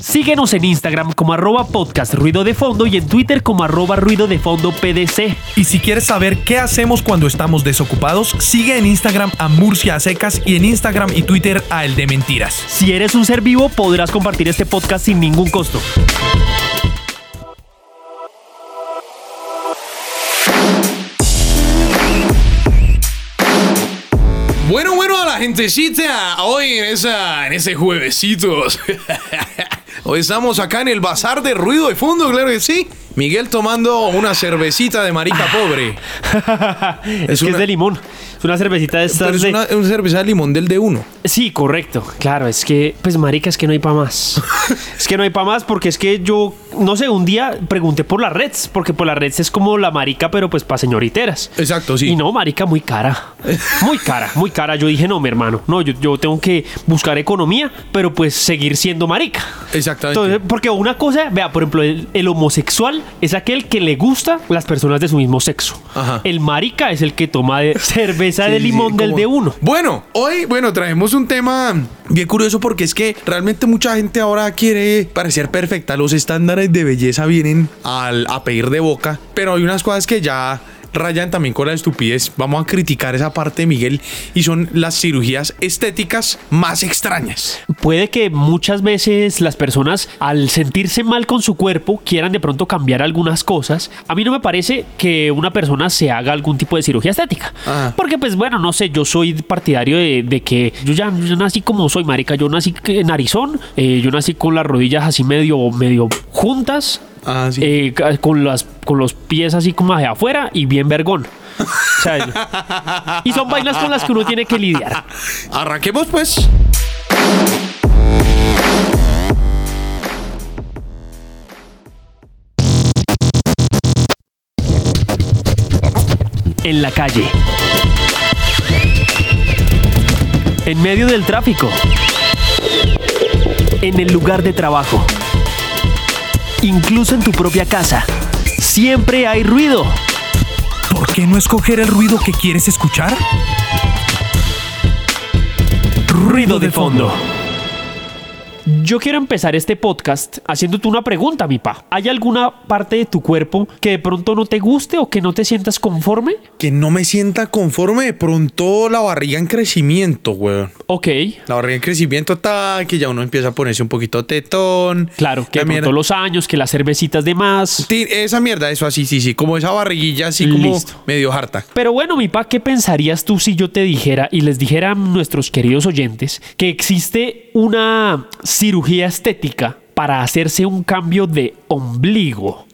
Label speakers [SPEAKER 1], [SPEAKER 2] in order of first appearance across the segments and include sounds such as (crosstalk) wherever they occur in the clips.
[SPEAKER 1] Síguenos en Instagram como arroba podcast ruido de fondo y en Twitter como arroba ruido de fondo PDC.
[SPEAKER 2] Y si quieres saber qué hacemos cuando estamos desocupados, sigue en Instagram a Murcia a Secas y en Instagram y Twitter a El de Mentiras.
[SPEAKER 1] Si eres un ser vivo, podrás compartir este podcast sin ningún costo. (laughs)
[SPEAKER 3] Bueno, bueno, a la gentecita, hoy en, esa, en ese juevesitos. (laughs) hoy estamos acá en el bazar de ruido de fondo, claro que sí. Miguel tomando una cervecita de marica pobre.
[SPEAKER 1] es,
[SPEAKER 3] Es
[SPEAKER 1] que
[SPEAKER 3] una-
[SPEAKER 1] es de limón. Es una cervecita de estas
[SPEAKER 3] Pero es
[SPEAKER 1] de-
[SPEAKER 3] una, una cerveza de limón del de uno.
[SPEAKER 1] Sí, correcto. Claro, es que, pues, marica, es que no hay pa'
[SPEAKER 3] (laughs)
[SPEAKER 1] más. es que no hay pa' más porque es que yo, no sé, un día pregunté por las Reds, porque por las Reds es como la marica, pero pues para señoriteras.
[SPEAKER 3] Exacto, sí.
[SPEAKER 1] Y no, marica, muy cara. Muy cara, muy cara. Yo dije, no, mi hermano, no, yo, yo tengo que buscar economía, pero pues seguir siendo marica.
[SPEAKER 3] Exactamente.
[SPEAKER 1] Entonces, porque una cosa, vea, por ejemplo, el, el homosexual es aquel que le gusta las personas de su mismo sexo.
[SPEAKER 3] Ajá.
[SPEAKER 1] El marica es el que toma
[SPEAKER 3] (laughs)
[SPEAKER 1] de- cerveza de
[SPEAKER 3] Sí, sí,
[SPEAKER 1] limón
[SPEAKER 3] sí,
[SPEAKER 1] del
[SPEAKER 3] como-
[SPEAKER 1] de uno.
[SPEAKER 3] Bueno, hoy, bueno, traemos un tema bien curioso porque es que realmente mucha gente ahora quiere parecer perfecta. Los estándares de belleza vienen al, a pedir de boca, pero hay unas cosas que ya rayan también con la estupidez. Vamos a criticar esa parte, Miguel, y son las cirugías estéticas más extrañas.
[SPEAKER 1] Puede que muchas veces las personas al sentirse mal con su cuerpo quieran de pronto cambiar algunas cosas. A mí no me parece que una persona se haga algún tipo de cirugía estética.
[SPEAKER 3] Ajá.
[SPEAKER 1] Porque pues bueno, no sé, yo soy partidario de, de que yo ya yo nací como soy, marica. Yo nací que- en narizón, eh, yo nací con las rodillas así medio, medio juntas.
[SPEAKER 3] Ah, sí.
[SPEAKER 1] eh, ca- con, las, con los pies así como hacia afuera y bien vergón. O sea, yo- y son vainas con las que uno tiene que lidiar.
[SPEAKER 3] Arranquemos pues.
[SPEAKER 1] en la calle. En medio del tráfico. En el lugar de trabajo. Incluso en tu propia casa. Siempre hay ruido.
[SPEAKER 2] ¿Por qué no escoger el ruido que quieres escuchar?
[SPEAKER 1] Ruido de fondo. Yo quiero empezar este podcast haciéndote una pregunta, mi pa. ¿Hay alguna parte de tu cuerpo que de pronto no te guste o que no te sientas conforme?
[SPEAKER 3] Que no me sienta conforme de pronto la barriga en crecimiento, weón.
[SPEAKER 1] Ok.
[SPEAKER 3] La barriga en crecimiento está, que ya uno empieza a ponerse un poquito tetón.
[SPEAKER 1] Claro, que
[SPEAKER 3] La
[SPEAKER 1] de
[SPEAKER 3] mierda.
[SPEAKER 1] pronto los años, que las cervecitas de más.
[SPEAKER 3] Sí, esa mierda, eso así, sí, sí. Como esa barriguilla así como
[SPEAKER 1] Listo.
[SPEAKER 3] medio (laughs) harta.
[SPEAKER 1] Pero bueno, mi pa, ¿qué pensarías tú si yo te dijera y les dijera a nuestros queridos oyentes que existe una cirugía estética para hacerse un cambio de ombligo?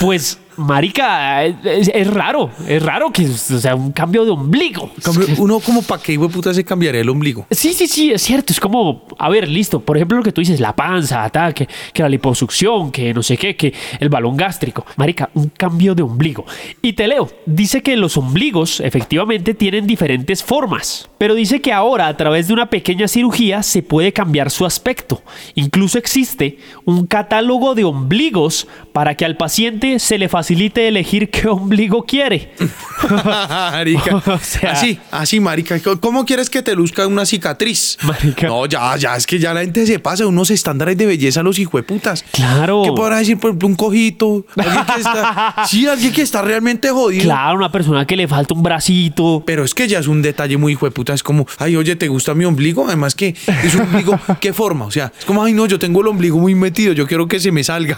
[SPEAKER 1] Pues, marica, es, es raro, es raro que o sea un cambio de ombligo.
[SPEAKER 3] Cambio, Uno como para qué, güey, puta, se cambiaría el ombligo.
[SPEAKER 1] Sí, sí, sí, es cierto. Es como, a ver, listo. Por ejemplo, lo que tú dices, la panza, ataque, que la liposucción, que no sé qué, que el balón gástrico. Marica, un cambio de ombligo. Y te leo, dice que los ombligos efectivamente tienen diferentes formas, pero dice que ahora a través de una pequeña cirugía se puede cambiar su aspecto. Incluso existe un catálogo de ombligos para que al paciente se le facilite elegir qué ombligo quiere.
[SPEAKER 3] (laughs) marica.
[SPEAKER 1] (laughs) O sea-
[SPEAKER 3] así, así, marica. ¿Cómo quieres que te luzca una cicatriz?
[SPEAKER 1] Marica.
[SPEAKER 3] No, ya, ya, es que ya la gente se pasa unos estándares de belleza a los hijueputas.
[SPEAKER 1] Claro.
[SPEAKER 3] ¿Qué podrá decir, por ejemplo, un cojito? Alguien
[SPEAKER 1] (laughs)
[SPEAKER 3] que está, sí, alguien que está realmente jodido.
[SPEAKER 1] Claro, una persona que le falta un bracito,
[SPEAKER 3] Pero es que ya es un detalle muy hijo de puta. Es como, ay, oye, ¿te gusta mi ombligo? Además que es un
[SPEAKER 1] (laughs)
[SPEAKER 3] ombligo, ¿qué forma? O sea, es como, ay, no, yo tengo el ombligo muy metido, yo quiero que se
[SPEAKER 1] (laughs)
[SPEAKER 3] me salga.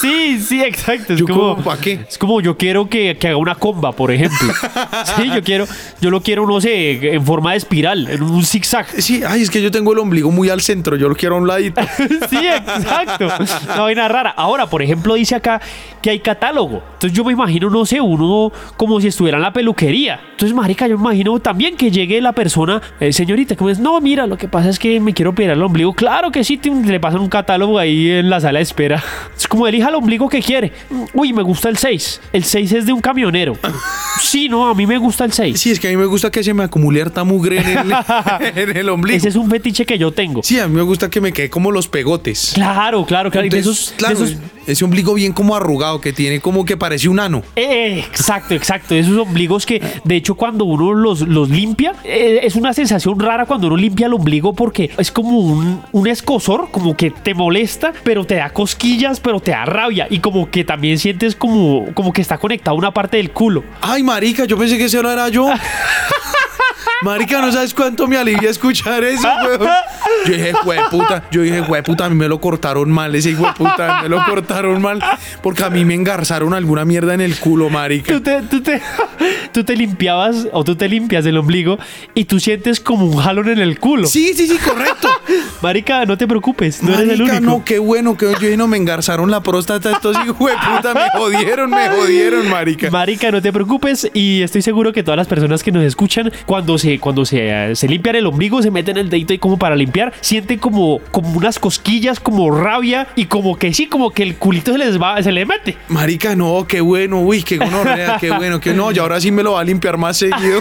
[SPEAKER 1] sí, sí, exacto. Es
[SPEAKER 3] Yo
[SPEAKER 1] como,
[SPEAKER 3] como, ¿pa' qué?
[SPEAKER 1] Es como yo quiero que, que haga una comba, por ejemplo. sí, yo quiero, yo lo quiero, no sé, en forma de espiral, en un zigzag.
[SPEAKER 3] Sí, ay, es que yo tengo el ombligo muy al centro, yo lo quiero a un ladito.
[SPEAKER 1] (laughs) sí, exacto. Una vaina rara. Ahora, por ejemplo, dice acá que hay catálogo. Entonces yo me imagino, no sé, uno como si estuviera en la peluquería. Entonces, marica, yo me imagino también que llegue la persona, eh, señorita, que me dice, no, mira, lo que pasa es que me quiero operar el ombligo. Claro que (laughs) sí, te- le pasan un catálogo ahí en la sala de espera. Es como elija el ombligo que quiere. Mm, Uy, me gusta gusta el 6. El 6 es de un
[SPEAKER 3] (laughs)
[SPEAKER 1] camionero. sí, no, a mí me gusta el 6.
[SPEAKER 3] Sí, es que a mí me gusta que se me acumule harta mugre en
[SPEAKER 1] (laughs)
[SPEAKER 3] el, en el ombligo.
[SPEAKER 1] Ese es un fetiche que yo tengo.
[SPEAKER 3] Sí, a mí me gusta que me quede como los pegotes.
[SPEAKER 1] Claro, claro, claro. Y de
[SPEAKER 3] Entonces,
[SPEAKER 1] esos- de
[SPEAKER 3] claro,
[SPEAKER 1] esos-
[SPEAKER 3] ese ombligo bien como arrugado que tiene como que parece un ano.
[SPEAKER 1] Eh, exacto, exacto. Esos ombligos que, de hecho, cuando uno los, los limpia, eh, es una sensación rara cuando uno limpia el ombligo porque es como un, un escosor, como que te molesta, pero te da cosquillas, pero te da rabia. Y como que también sientes como, como que está conectada una parte del culo.
[SPEAKER 3] Ay, marica, yo pensé que ese no
[SPEAKER 1] (laughs)
[SPEAKER 3] era yo. Marica, no sabes cuánto me alivia escuchar eso, weón. Yo dije, puta, yo dije, puta, a mí me lo cortaron mal, ese puta, me lo cortaron mal, porque a mí me engarzaron alguna mierda en el culo, marica.
[SPEAKER 1] Tú te, tú te- (laughs) tú te limpiabas o tú te limpias el ombligo y tú sientes como un jalón en el culo.
[SPEAKER 3] Sí, sí, sí,
[SPEAKER 1] (laughs)
[SPEAKER 3] correcto.
[SPEAKER 1] Marica, no te preocupes, no eres el
[SPEAKER 3] Marica,
[SPEAKER 1] único.
[SPEAKER 3] no, qué bueno, que yo dije, no, me engarzaron la próstata, estos hijos de puta, me jodieron, me jodieron, marica.
[SPEAKER 1] Marica, no te preocupes y estoy seguro que todas las personas que nos escuchan cuando se cuando se, eh, se limpian el ombligo, se meten el dedito y como para limpiar, sienten como como unas cosquillas, como rabia y como que sí, como que el culito se les va se le mete.
[SPEAKER 3] Marica, no, qué bueno, uy, qué gonorrea, qué bueno, que no, y ahora sí me lo va a limpiar más seguido.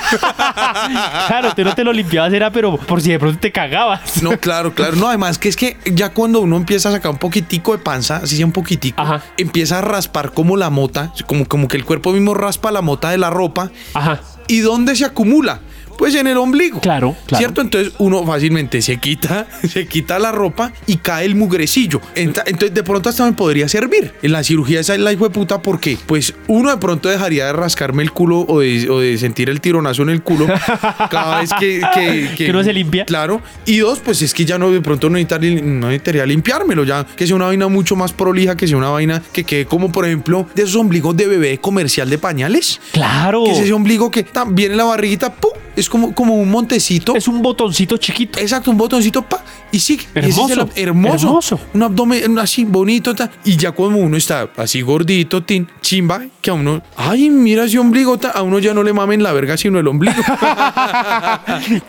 [SPEAKER 1] Claro, tú no te lo limpiabas era, pero por si de pronto te cagabas.
[SPEAKER 3] (laughs) No, claro, claro. No, además que es que ya cuando uno empieza a sacar un poquitico de panza, así sea un poquitico,
[SPEAKER 1] Ajá.
[SPEAKER 3] empieza a raspar como la mota, como, como que el cuerpo mismo raspa la mota de la ropa.
[SPEAKER 1] Ajá.
[SPEAKER 3] ¿Y dónde se acumula? Pues en el ombligo.
[SPEAKER 1] Claro, claro.
[SPEAKER 3] ¿Cierto? Entonces uno fácilmente se quita, (laughs) se quita la ropa y cae el mugrecillo. Enta- Entonces de pronto hasta me podría servir. En la cirugía esa es la hijo de puta porque pues uno de pronto dejaría de rascarme el culo o de, o de sentir el tironazo en
[SPEAKER 1] (laughs)
[SPEAKER 3] el culo cada vez que... Que,
[SPEAKER 1] Que uno se limpia.
[SPEAKER 3] Claro. Y dos, pues es que ya no de pronto no, necesitar- no necesitaría limpiármelo ya. Que sea una vaina mucho más prolija, que sea una vaina que quede como por ejemplo de esos ombligos de bebé comercial de pañales.
[SPEAKER 1] Claro.
[SPEAKER 3] Que es ese ombligo que también en la barriguita, ¡pum! Es como, como un montecito.
[SPEAKER 1] Es un botoncito chiquito.
[SPEAKER 3] Exacto, un botoncito, pa, y sigue. Y ese es
[SPEAKER 1] Hermoso,
[SPEAKER 3] el- hermoso.
[SPEAKER 1] hermoso.
[SPEAKER 3] Un abdomen así bonito. ta. Y ya cuando uno está así gordito, tin, chimba, que a uno, ay, mira ese ombligo, ta, a uno ya no le mamen la verga, sino
[SPEAKER 1] (laughs)
[SPEAKER 3] el ombligo.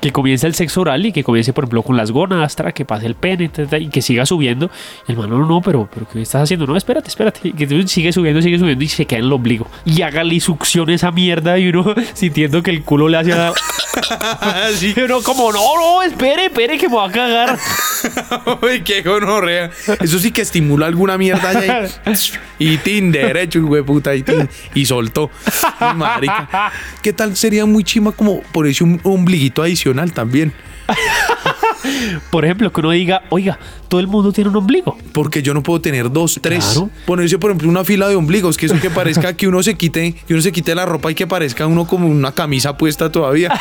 [SPEAKER 1] que comience el sexo oral y que comience, por ejemplo, con las gonas, tra, que pase el pene ta, ta, y que siga subiendo. Y el man, no, no, no, pero, pero ¿qué estás haciendo? No, espérate, espérate. Y que tú sigue subiendo, sigue subiendo y se queda en el ombligo. Y hágale y succione esa mierda y uno (laughs) sintiendo que el culo le hace. a-
[SPEAKER 3] Así.
[SPEAKER 1] (laughs) Y uno, como, no, no, espere, espere, que me va a cagar.
[SPEAKER 3] Uy, qué gonorrea. Eso sí que estimula alguna mierda allá
[SPEAKER 1] (laughs)
[SPEAKER 3] ahí. Y tin derecho, hijo de puta, y tin. Y soltó. Marica. ¿Qué tal sería muy chima como por eso un ombliguito adicional también?
[SPEAKER 1] Por ejemplo, que uno diga, oiga, todo el mundo tiene un ombligo. (laughs)
[SPEAKER 3] Porque yo no puedo tener dos, tres.
[SPEAKER 1] Claro.
[SPEAKER 3] Ponerse, por ejemplo, una fila de ombligos, que eso que parezca que uno se quite, que uno se quite la ropa y que parezca uno como una camisa
[SPEAKER 1] (laughs)
[SPEAKER 3] puesta todavía.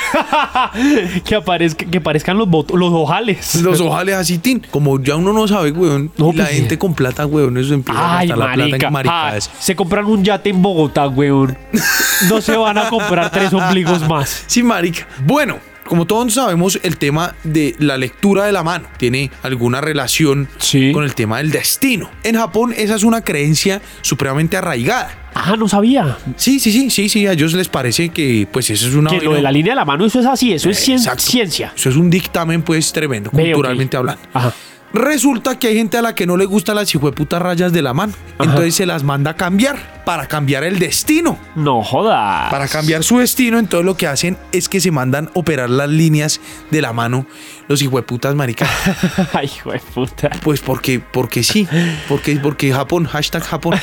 [SPEAKER 1] que, aparezca, que parezcan los, bot- los ojales.
[SPEAKER 3] Los ojales así, tin. Como ya uno no sabe, weón.
[SPEAKER 1] No,
[SPEAKER 3] y la
[SPEAKER 1] pues,
[SPEAKER 3] gente con plata, weón, eso empieza a
[SPEAKER 1] Ay,
[SPEAKER 3] gastar la plata
[SPEAKER 1] marica.
[SPEAKER 3] en maricadas.
[SPEAKER 1] ah, se compran un yate en Bogotá, weón. No se van a comprar tres ombligos más.
[SPEAKER 3] Sí, marica. Bueno. Como todos sabemos, el tema de la lectura de la mano tiene alguna relación
[SPEAKER 1] Sí.
[SPEAKER 3] con el tema del destino. En Japón esa es una creencia supremamente arraigada.
[SPEAKER 1] Ah, no sabía.
[SPEAKER 3] Sí, sí, sí, sí, sí, a ellos les parece que pues eso es una...
[SPEAKER 1] que lo
[SPEAKER 3] vaina-
[SPEAKER 1] de la línea de la mano, eso es así, eso es cien-
[SPEAKER 3] Eh, Exacto.
[SPEAKER 1] ciencia.
[SPEAKER 3] Eso es un dictamen, pues, tremendo,
[SPEAKER 1] Veo,
[SPEAKER 3] culturalmente
[SPEAKER 1] ok.
[SPEAKER 3] hablando.
[SPEAKER 1] Ajá.
[SPEAKER 3] Resulta que hay gente a la que no le gustan las hijueputas rayas de la mano. Entonces se las manda a cambiar para cambiar el destino.
[SPEAKER 1] No joda.
[SPEAKER 3] Para cambiar su destino, entonces lo que hacen es que se mandan operar las líneas de la mano los hijueputas maricas.
[SPEAKER 1] (laughs) Ay, hijo de puta. (laughs)
[SPEAKER 3] Pues porque, porque sí, porque, porque Japón, hashtag Japón.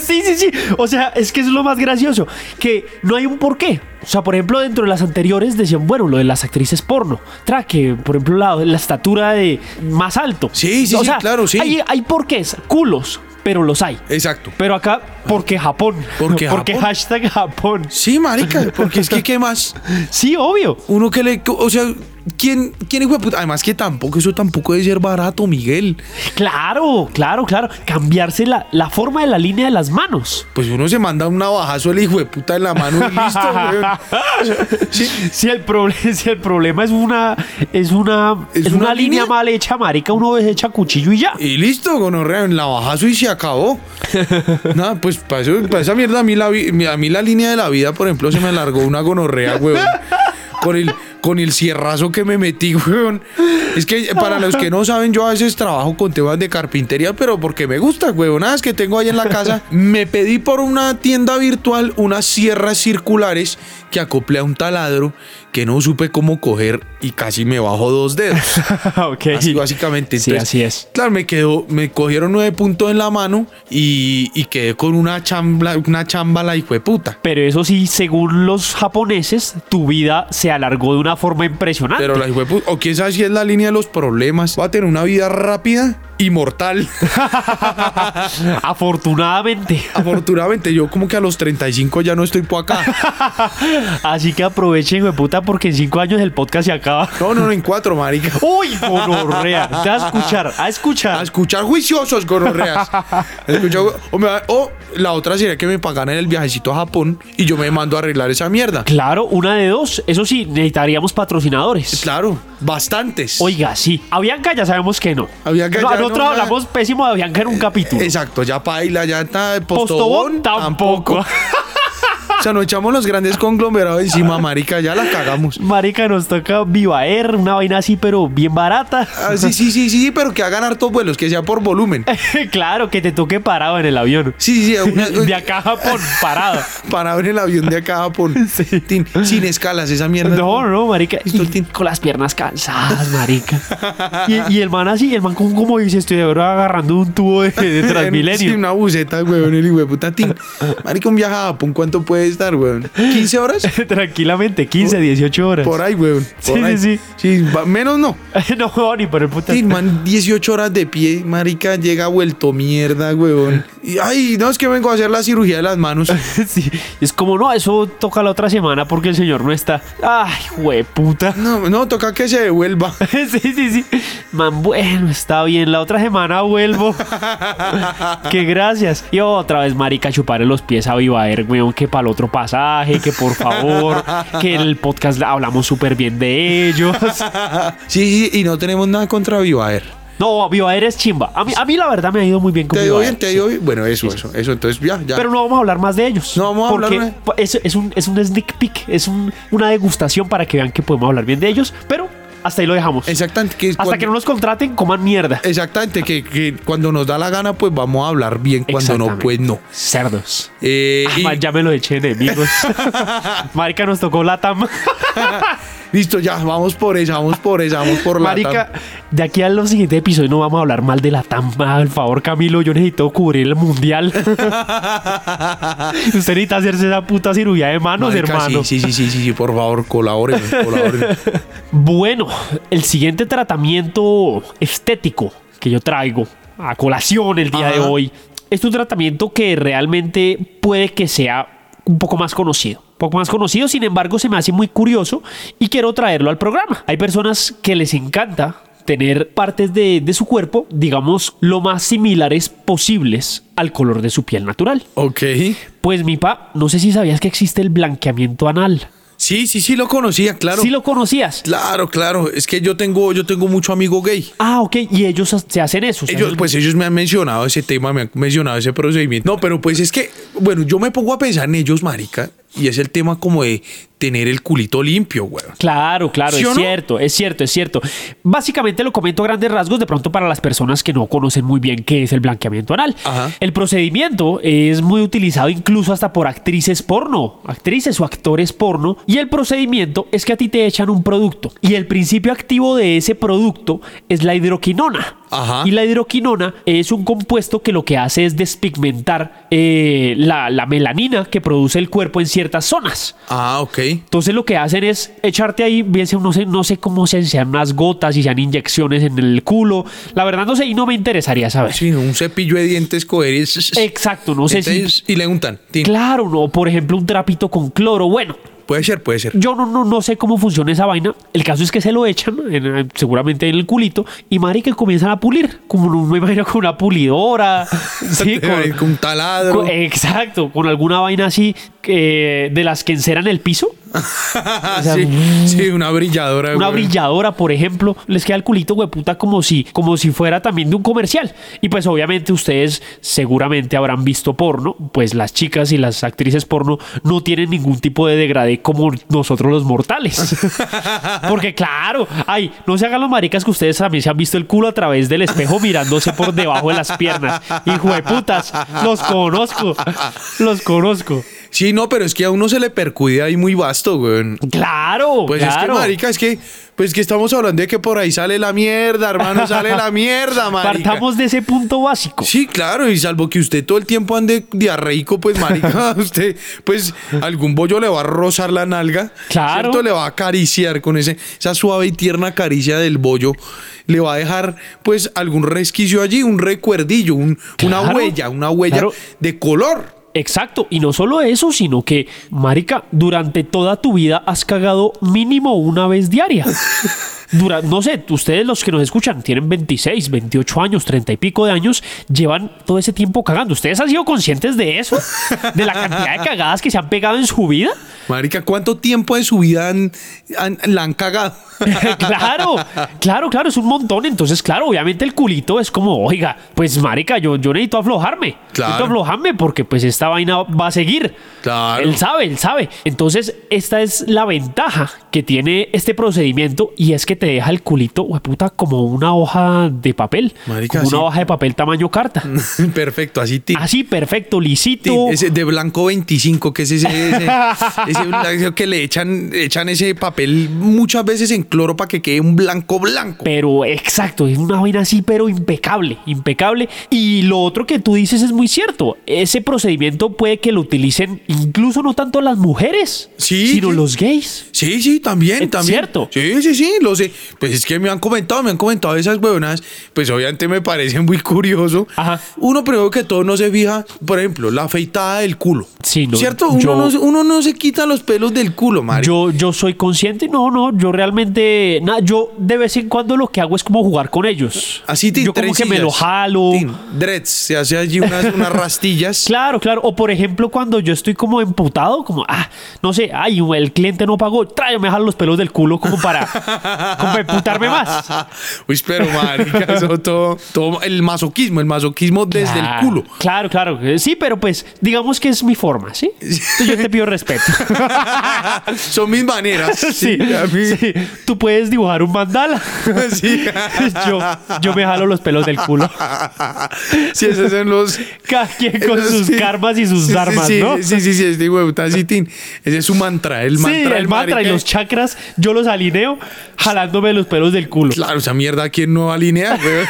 [SPEAKER 1] sí, sí, sí. O sea, es que es lo más gracioso. Que no hay un porqué. O sea, por ejemplo, dentro de las anteriores decían, bueno, lo de las actrices porno. Tra, que, por ejemplo, la, la estatura de más alto.
[SPEAKER 3] Sí, sí,
[SPEAKER 1] O
[SPEAKER 3] sí,
[SPEAKER 1] sea,
[SPEAKER 3] claro, sí.
[SPEAKER 1] Hay, hay porqués, culos, pero los hay.
[SPEAKER 3] Exacto.
[SPEAKER 1] Pero acá, porque Japón.
[SPEAKER 3] Porque
[SPEAKER 1] porque
[SPEAKER 3] Japón.
[SPEAKER 1] hashtag Japón.
[SPEAKER 3] Sí, marica, porque es que qué más.
[SPEAKER 1] Sí, obvio.
[SPEAKER 3] Uno que le. O sea, ¿quién, quién hijo de puta? Además que tampoco, eso tampoco debe ser barato, Miguel.
[SPEAKER 1] Claro, claro, claro. Cambiarse la, la forma de la línea de las manos.
[SPEAKER 3] Pues uno se manda un navajazo al hijo de puta en la mano y listo, weón. Sí,
[SPEAKER 1] Si el, proble- (laughs) si el problema es una es una
[SPEAKER 3] ¿Es
[SPEAKER 1] es,
[SPEAKER 3] una
[SPEAKER 1] una, línea?
[SPEAKER 3] línea? Eh,
[SPEAKER 1] mal hecha, marica, uno desecha cuchillo y ya.
[SPEAKER 3] (laughs) Y listo, gonorrea, un navajazo y se acabó. Nada, pues para, eso- para esa mierda a mí, la vi- a mí la línea de la vida, por ejemplo, se me alargó una gonorrea, weón. Con el, con el cierrazo que me metí, weón. Es que para los que no saben, yo a veces trabajo con temas de carpintería, pero porque me gusta, huevonadas que tengo ahí en la casa. Me pedí por una tienda virtual unas sierras circulares que acoplé a un taladro que no supe cómo coger y casi me bajo dos dedos.
[SPEAKER 1] (laughs) ok.
[SPEAKER 3] Así básicamente.
[SPEAKER 1] Sí,
[SPEAKER 3] Entonces,
[SPEAKER 1] así es.
[SPEAKER 3] Claro, me quedó, me cogieron nueve puntos en la mano y, y quedé con una chambla, una chambala hijo de puta.
[SPEAKER 1] Pero eso sí, según los japoneses, tu vida se alargó de una forma impresionante.
[SPEAKER 3] Pero la hijo de puta, o quién sabe si es la línea de los problemas. Va a tener una vida rápida y mortal. (laughs)
[SPEAKER 1] (laughs) Afortunadamente.
[SPEAKER 3] Afortunadamente, yo como que a los 35 ya no estoy
[SPEAKER 1] (laughs)
[SPEAKER 3] por acá.
[SPEAKER 1] Así que aprovechen, hijo de puta, porque en cinco años el podcast se acaba. (laughs)
[SPEAKER 3] No, no, no, en cuatro, marica.
[SPEAKER 1] ¡Uy, gonorrea! Te vas a escuchar, a
[SPEAKER 3] A
[SPEAKER 1] escuchar.
[SPEAKER 3] escuchar
[SPEAKER 1] (laughs)
[SPEAKER 3] juiciosos, gonorreas. Escucha- o, me va- o la otra sería que me pagaran el viajecito a Japón y yo me mando a arreglar esa mierda.
[SPEAKER 1] Claro, una de dos. Eso sí, necesitaríamos patrocinadores.
[SPEAKER 3] Claro, bastantes.
[SPEAKER 1] Oiga, sí. A Bianca ya sabemos que no.
[SPEAKER 3] A Bianca
[SPEAKER 1] no,
[SPEAKER 3] ya
[SPEAKER 1] nosotros
[SPEAKER 3] no,
[SPEAKER 1] hablamos pésimo de Bianca en un capítulo.
[SPEAKER 3] Exacto, ya paila, ya está.
[SPEAKER 1] Postobón
[SPEAKER 3] Postobón
[SPEAKER 1] tampoco.
[SPEAKER 3] O sea, nos echamos los grandes conglomerados encima, marica, ya la
[SPEAKER 1] (laughs)
[SPEAKER 3] cagamos.
[SPEAKER 1] Marica, nos toca Viva Air, una vaina así, pero bien barata. (laughs)
[SPEAKER 3] Ah, sí, sí, sí, sí, pero que hagan hartos vuelos, que sea por volumen.
[SPEAKER 1] claro, que te toque parado en el avión. (laughs)
[SPEAKER 3] Sí, sí, sí, una-
[SPEAKER 1] De acá a Japón, parado.
[SPEAKER 3] para abrir el avión de acá a
[SPEAKER 1] (laughs)
[SPEAKER 3] Japón. Tin, sin escalas, esa mierda.
[SPEAKER 1] No, no, marica. Y
[SPEAKER 3] Listo, tin.
[SPEAKER 1] con las piernas cansadas, marica. Y, y el man así, el man como, como dice, estoy agarrando un tubo de,
[SPEAKER 3] (laughs)
[SPEAKER 1] de
[SPEAKER 3] Sí,
[SPEAKER 1] Transmilenio.
[SPEAKER 3] una buceta, weón, el hijo de puta tin. Marica, un viaje a Japón, ¿cuánto puede estar, weón? ¿15
[SPEAKER 1] (laughs)
[SPEAKER 3] horas?
[SPEAKER 1] (laughs) Tranquilamente, 15, 18 horas.
[SPEAKER 3] Por ahí, weón.
[SPEAKER 1] Sí,
[SPEAKER 3] por
[SPEAKER 1] sí,
[SPEAKER 3] ahí.
[SPEAKER 1] sí.
[SPEAKER 3] va- menos no.
[SPEAKER 1] (laughs) no, ni por el puta.
[SPEAKER 3] Tin, man, 18 horas de pie, marica, llega vuelto mierda, weón. Y, ay, no, es que vengo a hacer la cirugía de las manos.
[SPEAKER 1] (laughs) Sí, Es como, no, eso toca la otra semana porque el señor no está. Ay, hueputa.
[SPEAKER 3] No, no, toca que se devuelva.
[SPEAKER 1] (laughs) Sí, sí, sí. Man, bueno, está bien. La otra semana vuelvo. (laughs) que gracias. Y otra vez, marica, chuparle los pies a Viva Air, weón, que para el otro pasaje, que por favor, que en el podcast hablamos súper bien de
[SPEAKER 3] (laughs)
[SPEAKER 1] ellos.
[SPEAKER 3] Sí, sí, y no tenemos nada contra Vivaer.
[SPEAKER 1] No, Viva Air es chimba. A mí, a mí la verdad me ha ido muy bien con
[SPEAKER 3] ¿Te dio
[SPEAKER 1] Viva Air,
[SPEAKER 3] bien? ¿Te
[SPEAKER 1] sí.
[SPEAKER 3] dio bien? Bueno, eso, eso, eso. Entonces, ya, ya.
[SPEAKER 1] Pero no vamos a hablar más de ellos.
[SPEAKER 3] No vamos a
[SPEAKER 1] porque
[SPEAKER 3] hablar
[SPEAKER 1] Es, es un, es un sneak peek, es un- una degustación para que vean que podemos hablar bien de ellos, pero hasta ahí lo dejamos.
[SPEAKER 3] Exactamente. Que
[SPEAKER 1] hasta
[SPEAKER 3] cuando- Eh,
[SPEAKER 1] que no nos contraten, coman mierda.
[SPEAKER 3] Exactamente, que, que cuando nos da la gana, pues vamos a hablar bien. Cuando no,
[SPEAKER 1] Exactamente.
[SPEAKER 3] pues no.
[SPEAKER 1] Cerdos.
[SPEAKER 3] Eh,
[SPEAKER 1] Ah,
[SPEAKER 3] y-
[SPEAKER 1] man, ya me lo eché
[SPEAKER 3] (laughs)
[SPEAKER 1] enemigos. Marica, nos tocó la tam.
[SPEAKER 3] listo, ya, vamos por esa, vamos por esa, vamos por la.
[SPEAKER 1] Marica,
[SPEAKER 3] tam.
[SPEAKER 1] de aquí a los siguientes episodios no vamos a hablar mal de la tam. Al favor, Camilo, yo necesito cubrir el
[SPEAKER 3] (laughs)
[SPEAKER 1] mundial. Usted necesita hacerse esa puta cirugía de manos,
[SPEAKER 3] Marica, sí,
[SPEAKER 1] hermano.
[SPEAKER 3] Sí, sí, sí, sí, sí, por favor, colaboren,
[SPEAKER 1] (laughs)
[SPEAKER 3] colaboren.
[SPEAKER 1] Bueno, el siguiente tratamiento estético que yo traigo a colación el día de
[SPEAKER 3] Ajá.
[SPEAKER 1] hoy es un tratamiento que realmente puede que sea un poco más conocido. Un poco más conocido, sin embargo, se me hace muy curioso y quiero traerlo al programa. Hay personas que les encanta tener partes de, de su cuerpo, digamos, lo más similares posibles al color de su piel natural.
[SPEAKER 3] ok.
[SPEAKER 1] Pues mi pa, no sé si sabías que existe el blanqueamiento anal.
[SPEAKER 3] Sí, sí, sí, lo conocía, claro.
[SPEAKER 1] Si lo conocías.
[SPEAKER 3] Claro, claro. Es que yo tengo, yo tengo mucho amigo gay.
[SPEAKER 1] Ah, ok, y ellos se hacen eso. o sea,
[SPEAKER 3] Ellos, pues ellos me han mencionado ese tema, me han mencionado ese procedimiento. No, pero pues es que, bueno, yo me pongo a pensar en ellos, marica, y es el tema como de tener el culito limpio, güey.
[SPEAKER 1] Claro, claro,
[SPEAKER 3] ¿Sí
[SPEAKER 1] es
[SPEAKER 3] o no?
[SPEAKER 1] cierto, es cierto, es cierto. Básicamente lo comento a grandes rasgos de pronto para las personas que no conocen muy bien qué es el blanqueamiento anal.
[SPEAKER 3] Ajá.
[SPEAKER 1] El procedimiento es muy utilizado incluso hasta por actrices porno, actrices o actores porno. Y el procedimiento es que a ti te echan un producto y el principio activo de ese producto es la hidroquinona.
[SPEAKER 3] Ajá.
[SPEAKER 1] Y la hidroquinona es un compuesto que lo que hace es despigmentar eh, la, la melanina que produce el cuerpo en ciertas zonas.
[SPEAKER 3] Ah, ok.
[SPEAKER 1] Entonces lo que hacen es echarte ahí, bien sea, no sé, no sé cómo sean, sean unas gotas, si sean inyecciones en el culo. La verdad no sé y no me interesaría saber.
[SPEAKER 3] Sí, un cepillo de dientes coger y...
[SPEAKER 1] Exacto, no sé
[SPEAKER 3] Entonces, Y le untan.
[SPEAKER 1] si.
[SPEAKER 3] Tin.
[SPEAKER 1] Claro, no, por ejemplo, un trapito con cloro. Bueno,
[SPEAKER 3] Puede ser, puede ser.
[SPEAKER 1] yo no, no, no sé cómo funciona esa vaina. El caso es que se lo echan, en- eh, seguramente en el culito, y marica y comienzan a pulir. Como no me imagino con una pulidora. sí, con,
[SPEAKER 3] (laughs) Con un taladro.
[SPEAKER 1] Con- Exacto, con alguna vaina así eh, de las eh, que enceran el piso. sea,
[SPEAKER 3] sí, sí, una brilladora.
[SPEAKER 1] mm. Una
[SPEAKER 3] güey.
[SPEAKER 1] brilladora, por ejemplo, les queda el culito hueputa como si, como si fuera también de un comercial. Y pues obviamente ustedes seguramente habrán visto porno, pues las chicas y las actrices porno no tienen ningún tipo de degradé como nosotros los mortales. (laughs) Porque claro, ay, no se hagan los maricas que ustedes también se han visto el culo a través del espejo mirándose por debajo de las piernas. Hijo de putas, los conozco, los conozco.
[SPEAKER 3] Sí, no, pero es que a uno se le percuide ahí muy vasto, güey.
[SPEAKER 1] Claro,
[SPEAKER 3] Pues es que,
[SPEAKER 1] claro.
[SPEAKER 3] marica, es que, pues que estamos hablando de que por ahí sale la mierda, hermano, sale
[SPEAKER 1] (laughs)
[SPEAKER 3] la mierda, marica.
[SPEAKER 1] Partamos de ese punto básico.
[SPEAKER 3] Sí, claro, y salvo que usted todo el tiempo ande diarreico, pues marica, (laughs) usted, pues algún bollo le va a rozar la nalga.
[SPEAKER 1] Claro.
[SPEAKER 3] ¿cierto? Le va a acariciar con ese, esa suave y tierna caricia del bollo. Le va a dejar, pues, algún resquicio allí, un recuerdillo, un- una
[SPEAKER 1] Claro,
[SPEAKER 3] huella, una huella
[SPEAKER 1] claro.
[SPEAKER 3] de color.
[SPEAKER 1] Exacto, y no solo eso, sino que, marica, durante toda tu vida has cagado mínimo una vez
[SPEAKER 3] (laughs)
[SPEAKER 1] diaria. Dura- no sé, ustedes los que nos escuchan tienen 26, 28 años, 30 y pico de años, llevan todo ese tiempo cagando. ¿Ustedes han sido conscientes de eso? ¿De la cantidad de cagadas que se han pegado en su vida? (laughs)
[SPEAKER 3] Marica, ¿cuánto tiempo de su vida han- han- la han cagado?
[SPEAKER 1] (laughs) claro, claro, claro, es un montón. Entonces, claro, obviamente el culito es como, oiga, pues marica, yo, yo necesito aflojarme.
[SPEAKER 3] Claro.
[SPEAKER 1] Necesito aflojarme porque pues esta vaina va a seguir.
[SPEAKER 3] Claro.
[SPEAKER 1] Él sabe, él sabe. Entonces, esta es la ventaja que tiene este procedimiento y es que te deja el culito, hueputa, como una hoja de papel.
[SPEAKER 3] Marica,
[SPEAKER 1] como una
[SPEAKER 3] sí. Mm.
[SPEAKER 1] hoja de papel tamaño carta.
[SPEAKER 3] (laughs) Perfecto, así ti.
[SPEAKER 1] Así, perfecto,
[SPEAKER 3] Tin,
[SPEAKER 1] lisito.
[SPEAKER 3] ese de blanco 25, que es
[SPEAKER 1] (laughs)
[SPEAKER 3] ese, ese, ese blanco que le echan, echan ese papel muchas veces en cloro para que quede un blanco blanco.
[SPEAKER 1] Pero exacto, es una vaina así, pero impecable, impecable. Y lo otro que tú dices es muy cierto. Ese procedimiento puede que lo utilicen incluso no tanto las mujeres,
[SPEAKER 3] Sí,
[SPEAKER 1] sino
[SPEAKER 3] sí.
[SPEAKER 1] los gays.
[SPEAKER 3] Sí, sí, también,
[SPEAKER 1] Es
[SPEAKER 3] también.
[SPEAKER 1] cierto.
[SPEAKER 3] Sí, sí, sí, lo sé. Pues es que me han comentado, me han comentado esas huevonas, pues obviamente me parecen muy curioso.
[SPEAKER 1] Ajá.
[SPEAKER 3] Uno primero que todo no se fija, por ejemplo, la afeitada del culo.
[SPEAKER 1] Sí, no,
[SPEAKER 3] ¿Cierto? Uno,
[SPEAKER 1] yo-
[SPEAKER 3] no, se- uno no se quita los pelos del culo, Mario.
[SPEAKER 1] Yo, yo soy consciente, no, no, yo realmente, na, yo de vez en cuando lo que hago es como jugar con ellos.
[SPEAKER 3] Así, tin,
[SPEAKER 1] Yo como que me
[SPEAKER 3] trencillas.
[SPEAKER 1] lo jalo.
[SPEAKER 3] Tin, dreads, se hace allí unas, (laughs) unas rastillas.
[SPEAKER 1] Claro, claro. O por ejemplo, cuando yo estoy como emputado, como, ah, no sé, ay, el cliente no pagó, tráeme a los pelos del culo como para, como para emputarme más.
[SPEAKER 3] Uy, pero marica, eso todo, todo el masoquismo, el masoquismo (laughs) desde
[SPEAKER 1] Ah, (laughs)
[SPEAKER 3] el culo.
[SPEAKER 1] Claro, claro. Eh, Sí, pero pues digamos que es mi forma, ¿sí? Entonces yo te pido respeto.
[SPEAKER 3] (laughs) Son mis maneras.
[SPEAKER 1] Sí,
[SPEAKER 3] a mí-
[SPEAKER 1] sí. Tú puedes dibujar un mandala.
[SPEAKER 3] (laughs) Sí.
[SPEAKER 1] (laughs) Yo, yo me jalo los pelos del culo.
[SPEAKER 3] Sí, esos son los.
[SPEAKER 1] Cada quien (laughs) con
[SPEAKER 3] esos
[SPEAKER 1] sus
[SPEAKER 3] sí.
[SPEAKER 1] karmas y sus
[SPEAKER 3] Sí, sí,
[SPEAKER 1] dharmas,
[SPEAKER 3] sí,
[SPEAKER 1] ¿no?
[SPEAKER 3] Sí, sí, sí, este huevo está así, tin. Ese es su mantra, el mantra.
[SPEAKER 1] sí, el
[SPEAKER 3] del
[SPEAKER 1] mantra y
[SPEAKER 3] marica.
[SPEAKER 1] los chakras, yo los alineo jalándome los pelos del culo.
[SPEAKER 3] Claro, esa mierda, ¿quién no alinea,
[SPEAKER 1] (laughs)
[SPEAKER 3] güey?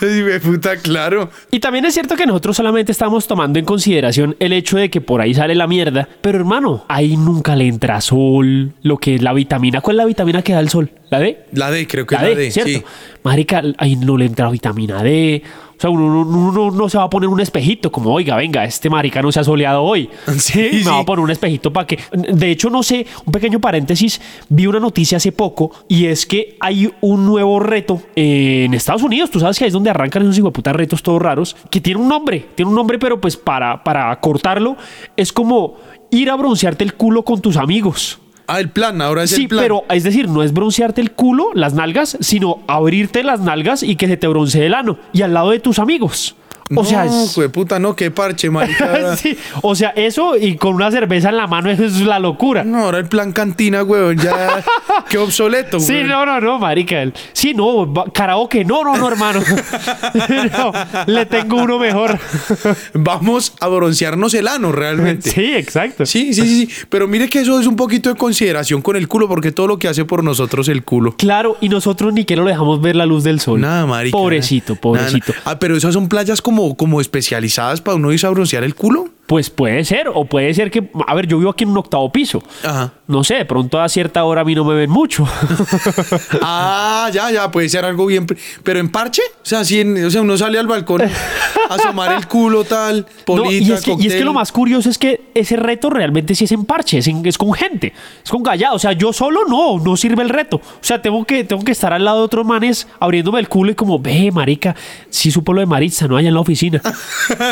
[SPEAKER 3] Sí, me puta, claro.
[SPEAKER 1] Y también es cierto que nosotros solamente estamos tomando en consideración el hecho de que por ahí sale la mierda, pero hermano, ahí nunca le entra sol, lo que es la vitamina. ¿Cuál es la vitamina que da el sol? ¿La D?
[SPEAKER 3] La D, creo que
[SPEAKER 1] La
[SPEAKER 3] es
[SPEAKER 1] D, ¿cierto?
[SPEAKER 3] sí.
[SPEAKER 1] Marica, ahí no le entra vitamina D. O sea, uno, uno- uno no se va a poner un espejito como, oiga, venga, este marica no se ha soleado hoy.
[SPEAKER 3] (laughs) Sí,
[SPEAKER 1] me
[SPEAKER 3] sí.
[SPEAKER 1] va a poner un espejito para que... De hecho, no sé, un pequeño paréntesis, vi una noticia hace poco y es que hay un nuevo reto eh, en Estados Unidos. Tú sabes que ahí es donde arrancan esos putas retos todos raros, que tiene un nombre, tiene un nombre, pero pues para, para cortarlo es como ir a broncearte el culo con tus amigos.
[SPEAKER 3] Ah, el plan, ahora es
[SPEAKER 1] Sí,
[SPEAKER 3] el plan.
[SPEAKER 1] pero es decir, no es broncearte el culo, las nalgas, sino abrirte las nalgas y que se te broncee el ano y al lado de tus amigos. O sea,
[SPEAKER 3] no,
[SPEAKER 1] es- (laughs)
[SPEAKER 3] hijo de puta, no, qué parche, marica.
[SPEAKER 1] sí, o sea, eso y con una cerveza en la mano eso es la locura.
[SPEAKER 3] No, ahora el plan cantina, weón,
[SPEAKER 1] (laughs)
[SPEAKER 3] ya. Qué obsoleto, weón.
[SPEAKER 1] Sí, no, no, no, marica. el- Sí, no, va- karaoke, no, no, no,
[SPEAKER 3] (laughs)
[SPEAKER 1] hermano. (laughs) No, le tengo uno mejor.
[SPEAKER 3] Vamos a broncearnos el ano realmente. Sí.
[SPEAKER 1] Sí, exacto.
[SPEAKER 3] Sí, sí, sí, Pero mire que eso es un poquito de consideración con el culo, porque todo lo que hace por nosotros el culo.
[SPEAKER 1] Claro, y nosotros ni que lo dejamos ver la luz del sol.
[SPEAKER 3] Nada, marica.
[SPEAKER 1] Pobrecito,
[SPEAKER 3] nada, nada.
[SPEAKER 1] pobrecito.
[SPEAKER 3] Ah, pero esas son playas como, como especializadas para uno irse a broncear el culo.
[SPEAKER 1] Pues puede ser, o puede ser que, a ver, yo vivo aquí en un octavo piso.
[SPEAKER 3] Ajá.
[SPEAKER 1] No sé, de pronto a cierta hora a mí no me ven mucho.
[SPEAKER 3] Ah, ya, ya, puede ser algo bien. pre- Pero en parche, o sea, si en- o sea, uno sale al balcón a asomar el culo, tal,
[SPEAKER 1] No,
[SPEAKER 3] (laughs) polita,
[SPEAKER 1] y, es que, y es que
[SPEAKER 3] cóctel.
[SPEAKER 1] lo más curioso es que ese reto realmente sí es en parche, es, en- es con gente, es con gallado. O sea, yo solo no, no sirve el reto. O sea, tengo que, tengo que estar al lado de otros manes abriéndome el culo y como,
[SPEAKER 3] (laughs)
[SPEAKER 1] ve, marica, sí supo lo de Maritza, no allá en la oficina.